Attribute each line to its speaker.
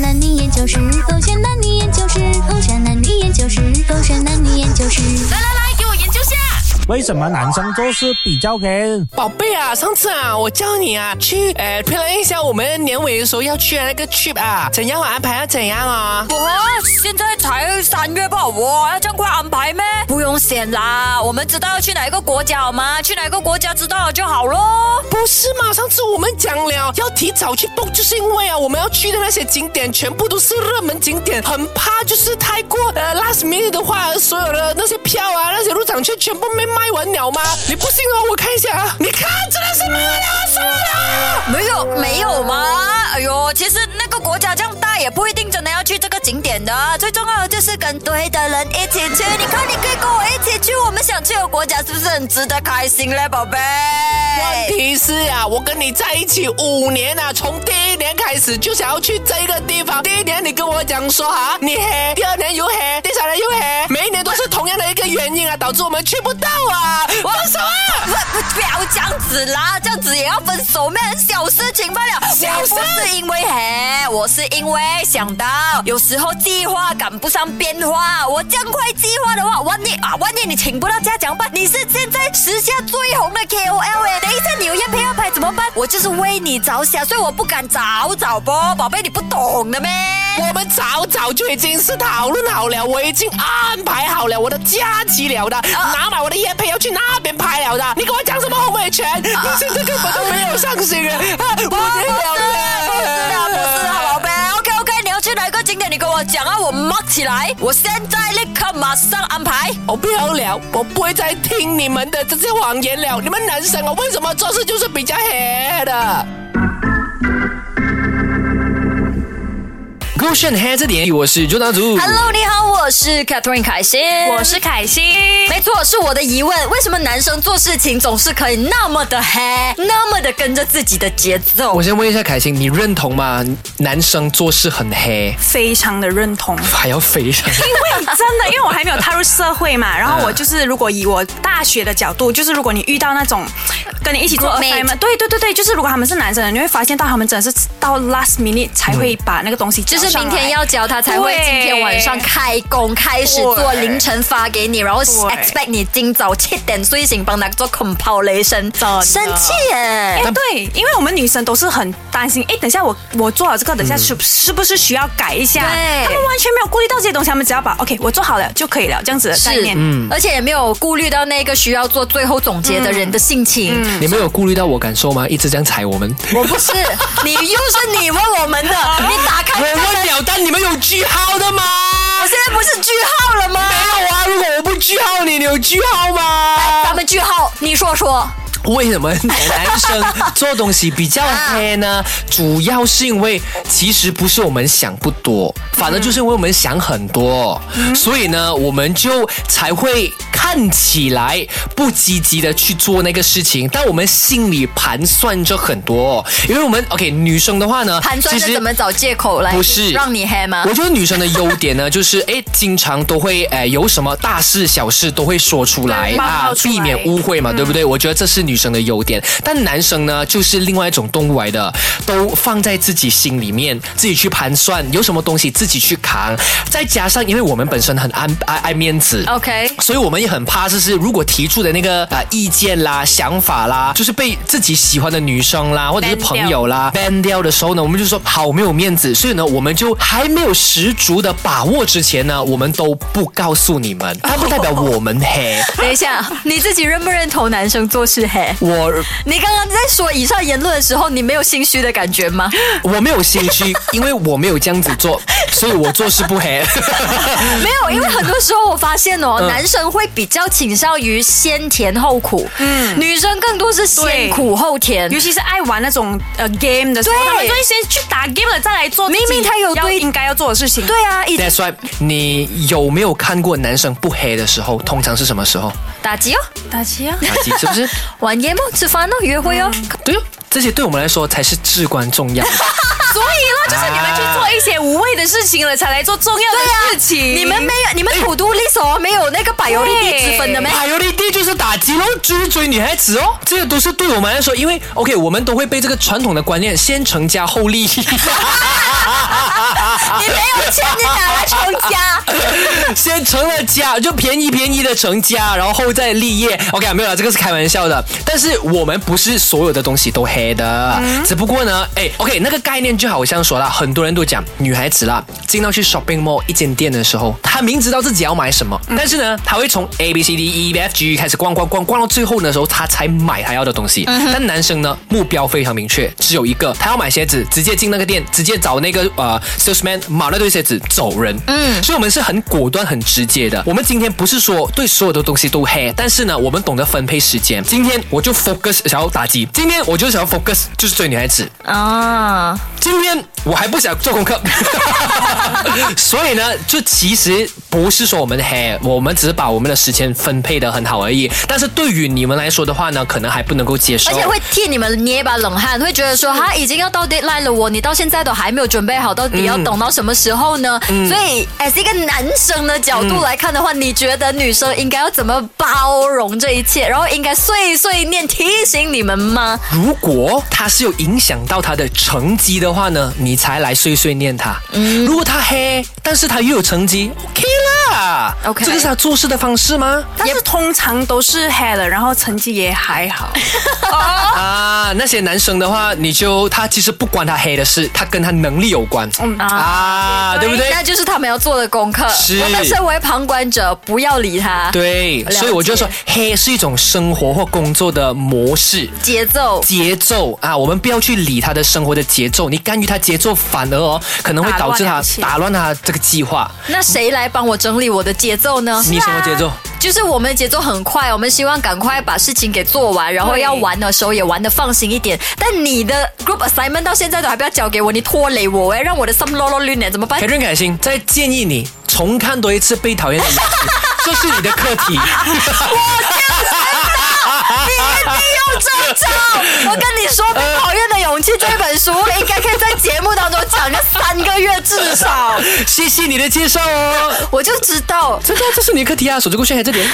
Speaker 1: 男女研究室，狗选男女研究室，狗选男女研究室，狗选男女研究室。
Speaker 2: 来来来，给我研究下。
Speaker 3: 为什么男生做事比较跟？
Speaker 4: 宝贝啊，上次啊，我叫你啊去呃评论一下我们年尾的时候要去的那个 trip 啊，怎样安排啊？怎样啊？
Speaker 5: 哇，现在才三月吧，哇，要这样快安排咩？不用选啦，我们知道要去哪一个国家好吗？去哪一个国家知道了就好咯。
Speaker 4: 不是嘛？上次我们讲了要提早去 book，就是因为啊，我们要去的那些景点全部都是热门景点，很怕就是太过呃 last minute 的话，所有的那些票啊、那些入场券全部没卖完了吗？你不信哦，我看一下啊，你看真的是卖完了，是了。
Speaker 5: 没有没有嘛？哎呦，其实那个国家这样大，也不一定真的要去这个景点的。最重要的就是跟对的人一起去。你看，你可以跟我一起去我们想去的国家，是不是很值得开心嘞，宝贝？哎
Speaker 4: 问题是啊，我跟你在一起五年啊，从第一年开始就想要去这个地方。第一年你跟我讲说啊，你黑；第二年又黑，第三年又黑，每一年都是同样的一个原因啊，导致我们去不到啊。放手
Speaker 5: 不
Speaker 4: 啊！
Speaker 5: 不不要这样子啦，这样子也要分手咩？很小事情罢了。
Speaker 4: 小事
Speaker 5: 我不是因为嘿，我是因为想到有时候计划赶不上变化，我这样快计划的话，万一啊，万一你请不到假讲办，你是现在时下最红的 KOL 哎，等一下你有夜配要拍怎么办？我就是为你着想，所以我不敢早早播，宝贝你不懂的咩？
Speaker 4: 我们早早就已经是讨论好了，我已经安排好了我的假期了的，
Speaker 5: 啊
Speaker 4: 拿满我的夜配要去那边拍了的。你跟我讲什么后悔权？你现在根本都没有上心啊！啊五
Speaker 5: 啊 不
Speaker 4: 年了
Speaker 5: 是啊，不是啊，不
Speaker 4: 嘞
Speaker 5: 是啊，宝贝。OK OK，你要去哪个景点？你跟我讲啊，我 mark 起来，我现在立刻马上安排。
Speaker 4: 我不要了，我不会再听你们的这些谎言了。你们男生啊，为什么做事就是比较黑的？
Speaker 6: 勾选黑这点，我是朱大祖。
Speaker 5: Hello，你好，我是 Catherine 凯欣，
Speaker 2: 我是凯欣，
Speaker 5: 没错，是我的疑问，为什么男生做事情总是可以那么的黑，那么的跟着自己的节奏
Speaker 6: 我？先问一下凯欣，你认同吗？男生做事很黑，
Speaker 2: 非常的认同。
Speaker 6: 还要非 常
Speaker 2: 因为 真的，因为我还没有踏入社会嘛，然
Speaker 5: 嗯
Speaker 2: 后我就是如果以我大学的角度，就是如果你遇到那种跟你一起做
Speaker 5: Group mate
Speaker 2: assignment，对对对对，就是如果他们是男生的，你会发现到他们真的是到 last minute 才会把那个东西交
Speaker 5: 就是
Speaker 2: 上
Speaker 5: 明
Speaker 2: 来
Speaker 5: 天要交，他才会
Speaker 2: 对
Speaker 5: 今天晚上开工开始做，
Speaker 2: 对
Speaker 5: 凌晨发给你，然后 expect 你今早七点睡醒帮他做 compilation，
Speaker 2: 的
Speaker 5: 生气耶
Speaker 2: 哎，！对，因为我们女生都是很担心，哎，等一下我我做好这个，等一下是是不是需要改一下？
Speaker 5: 嗯对
Speaker 2: 他们完全没有顾虑到这些东西，他们只要把 OK 我做好了就可以了，这样子的概
Speaker 5: 是
Speaker 2: 念。，
Speaker 6: 嗯
Speaker 5: 而且也没有顾虑到那个需要做最后总结的人的性情。
Speaker 6: 你没有顾虑到我感受吗？一直这样踩我们。
Speaker 5: 我 不是，你又是你问我们的，你打开
Speaker 6: 啊我
Speaker 5: 看看
Speaker 6: 问了，但你们有句号的吗？
Speaker 5: 我现在不是句号了吗？
Speaker 6: 没有啊，如果我不句号你，你有句号吗？
Speaker 5: 咱们句号，你说说。
Speaker 6: 为什么男生做东西比较黑呢？主要是因为其实不是我们想不多，反而就是因为我们想很多，所以呢，我们就才会看起来不积极的去做那个事情，但我们心里盘算着很多。因为我们 OK 女生的话呢，
Speaker 5: 盘算
Speaker 6: 其
Speaker 5: 着
Speaker 6: 实
Speaker 5: 怎么找借口来
Speaker 6: 不是
Speaker 5: 让你黑吗
Speaker 6: 我？觉得女生的优点呢，就是哎，经常都会哎有什么大事小事都会说出来啊
Speaker 2: 对冒冒出来
Speaker 6: 避免误会嘛，对不对？我觉得这是女生的优点，但男生呢，就是另外一种动物来的，都放在自己心里面，自己去盘算，有什么东西自己去扛。再加上，因为我们本身很爱爱爱面子
Speaker 5: OK
Speaker 6: 所以我们也很怕，就是如果提出的那个呃意见啦、想法啦，就是被自己喜欢的女生啦，或者是
Speaker 2: Ban
Speaker 6: 朋友啦 ban 掉的时候呢，我们就说好没有面子，所以呢，我们就还没有十足的把握之前呢，我们都不告诉你们，但不代表我们黑。
Speaker 5: 等一下，你自己认不认同男生做事黑？
Speaker 6: 我
Speaker 5: 你刚刚在说以上言论的时候，你没有心虚的感觉吗？
Speaker 6: 我没有心虚，因为我没有这样子做，所以我做事不黑。嗯
Speaker 5: 没有，因为很多时候我发现哦，男生会比较倾向于先甜后苦，嗯，女生更多是先
Speaker 2: 对
Speaker 5: 苦后甜
Speaker 2: 尤。其是爱玩那种呃 game 的时候，
Speaker 5: 对
Speaker 2: 他们就会先去打 game 了，再来做自己
Speaker 5: 明明他有
Speaker 2: 要
Speaker 5: 对
Speaker 2: 应该要做的事情。
Speaker 5: 对啊，一
Speaker 6: That's right，你有没有看过男生不黑的时候？通常是什么时候？
Speaker 5: 打击哦，
Speaker 2: 打击啊！
Speaker 6: 垃圾是不是？
Speaker 5: 玩 game 哦，吃饭哦，约会哦，
Speaker 6: 对哦，这些对我们来说才是至关重要的。
Speaker 2: 所以啦，就是你们去做一些无谓的事情了，才来做重要的事情。
Speaker 5: 啊你们没有，你们普度 list 哦，没有那个百油利
Speaker 2: 对
Speaker 5: 地之分的咩？
Speaker 6: 还有的第就是打击咯，就是追女孩子哦，这个都是对我们来说，因为 OK，我们都会被这个传统的观念先成家后立。
Speaker 5: 你没有钱，你哪来成家？
Speaker 6: 先成了家，就便宜便宜的成家，然后再立业。OK，没有了，这个是开玩笑的。但是我们不是所有的东西都黑的，只不过呢，哎，OK，那个概念就好像说了，很多人都讲女孩子啦，进到去 shopping mall 一间店的时候，她明知道自己要买什么，但是呢，她会从 A B C D E F G 开始逛逛逛，逛到最后的时候，她才买她要的东西。但男生呢，目标非常明确，只有一个，他要买鞋子，直接进那个店，直接找那个呃 salesman 买那对鞋子走人。嗯，所以我们是很果断、很直接的。我们今天不是说对所有的东西都黑，但是呢，我们懂得分配时间。今天我就 focus 想要打击，今天我就想要 focus 就是追女孩子，
Speaker 5: 啊，
Speaker 6: 今天我还不想做功课， 所以呢，就其实不是说我们黑，我们只是把我们的时间分配的很好而已。但是对于你们来说的话呢，可能还不能够接受，
Speaker 5: 而且会替你们捏一把冷汗，会觉得说哈，已经要到 deadline 了，我你到现在都还没有准备好，到底要等到什么时候呢？所以，as 一个男生的角度来看的话，你觉得女生应该要怎么包容这一切，然后应该碎碎念提醒你们吗？
Speaker 6: 如果他是有影响到他的成绩的话呢，你才来碎碎念他。
Speaker 5: 嗯
Speaker 6: 如果他黑，但是他又有成绩，OK 啦。
Speaker 5: OK
Speaker 6: 这个是他做事的方式吗？
Speaker 2: 但是通常都是黑了，然后成绩也还好。
Speaker 5: 哦
Speaker 6: 啊，那些男生的话，你就他其实不关他黑的事，他跟他能力有关。
Speaker 5: 嗯
Speaker 6: 啊，对不对？
Speaker 5: 那就是他们要做的功课。
Speaker 6: 是
Speaker 5: 我们身为旁观者，不要理他。，
Speaker 6: 对，所以我就说，黑是一种生活或工作的模式。
Speaker 5: 节奏。
Speaker 6: 节奏啊，我们不要去理他的生活的节奏，你干预他节奏，反而哦可能会导致他打
Speaker 2: 打
Speaker 6: 乱他这个计划。
Speaker 5: 那谁来帮我整理我的节奏呢？
Speaker 6: 你什么节奏？
Speaker 5: 就是我们的节奏很快，我们希望赶快把事情给做完，然后
Speaker 2: 对
Speaker 5: 要玩的时候也玩的放心一点。但你的 group assignment 到现在都还不要交给我，你拖累我哎，让我的心啰啰挛哎，怎么 办
Speaker 6: 凯？瑞凯欣，再建议你重看多一次《被讨厌的你》，这是你的课题。
Speaker 5: 你一定要这 招！我跟你说，《被讨厌的勇气》这本书应该可以在节目当中讲个三个月至少。
Speaker 6: 谢谢你的介绍哦，
Speaker 5: 我就知道，
Speaker 6: 啊真的，这是你的课题啊！守着过去还这点，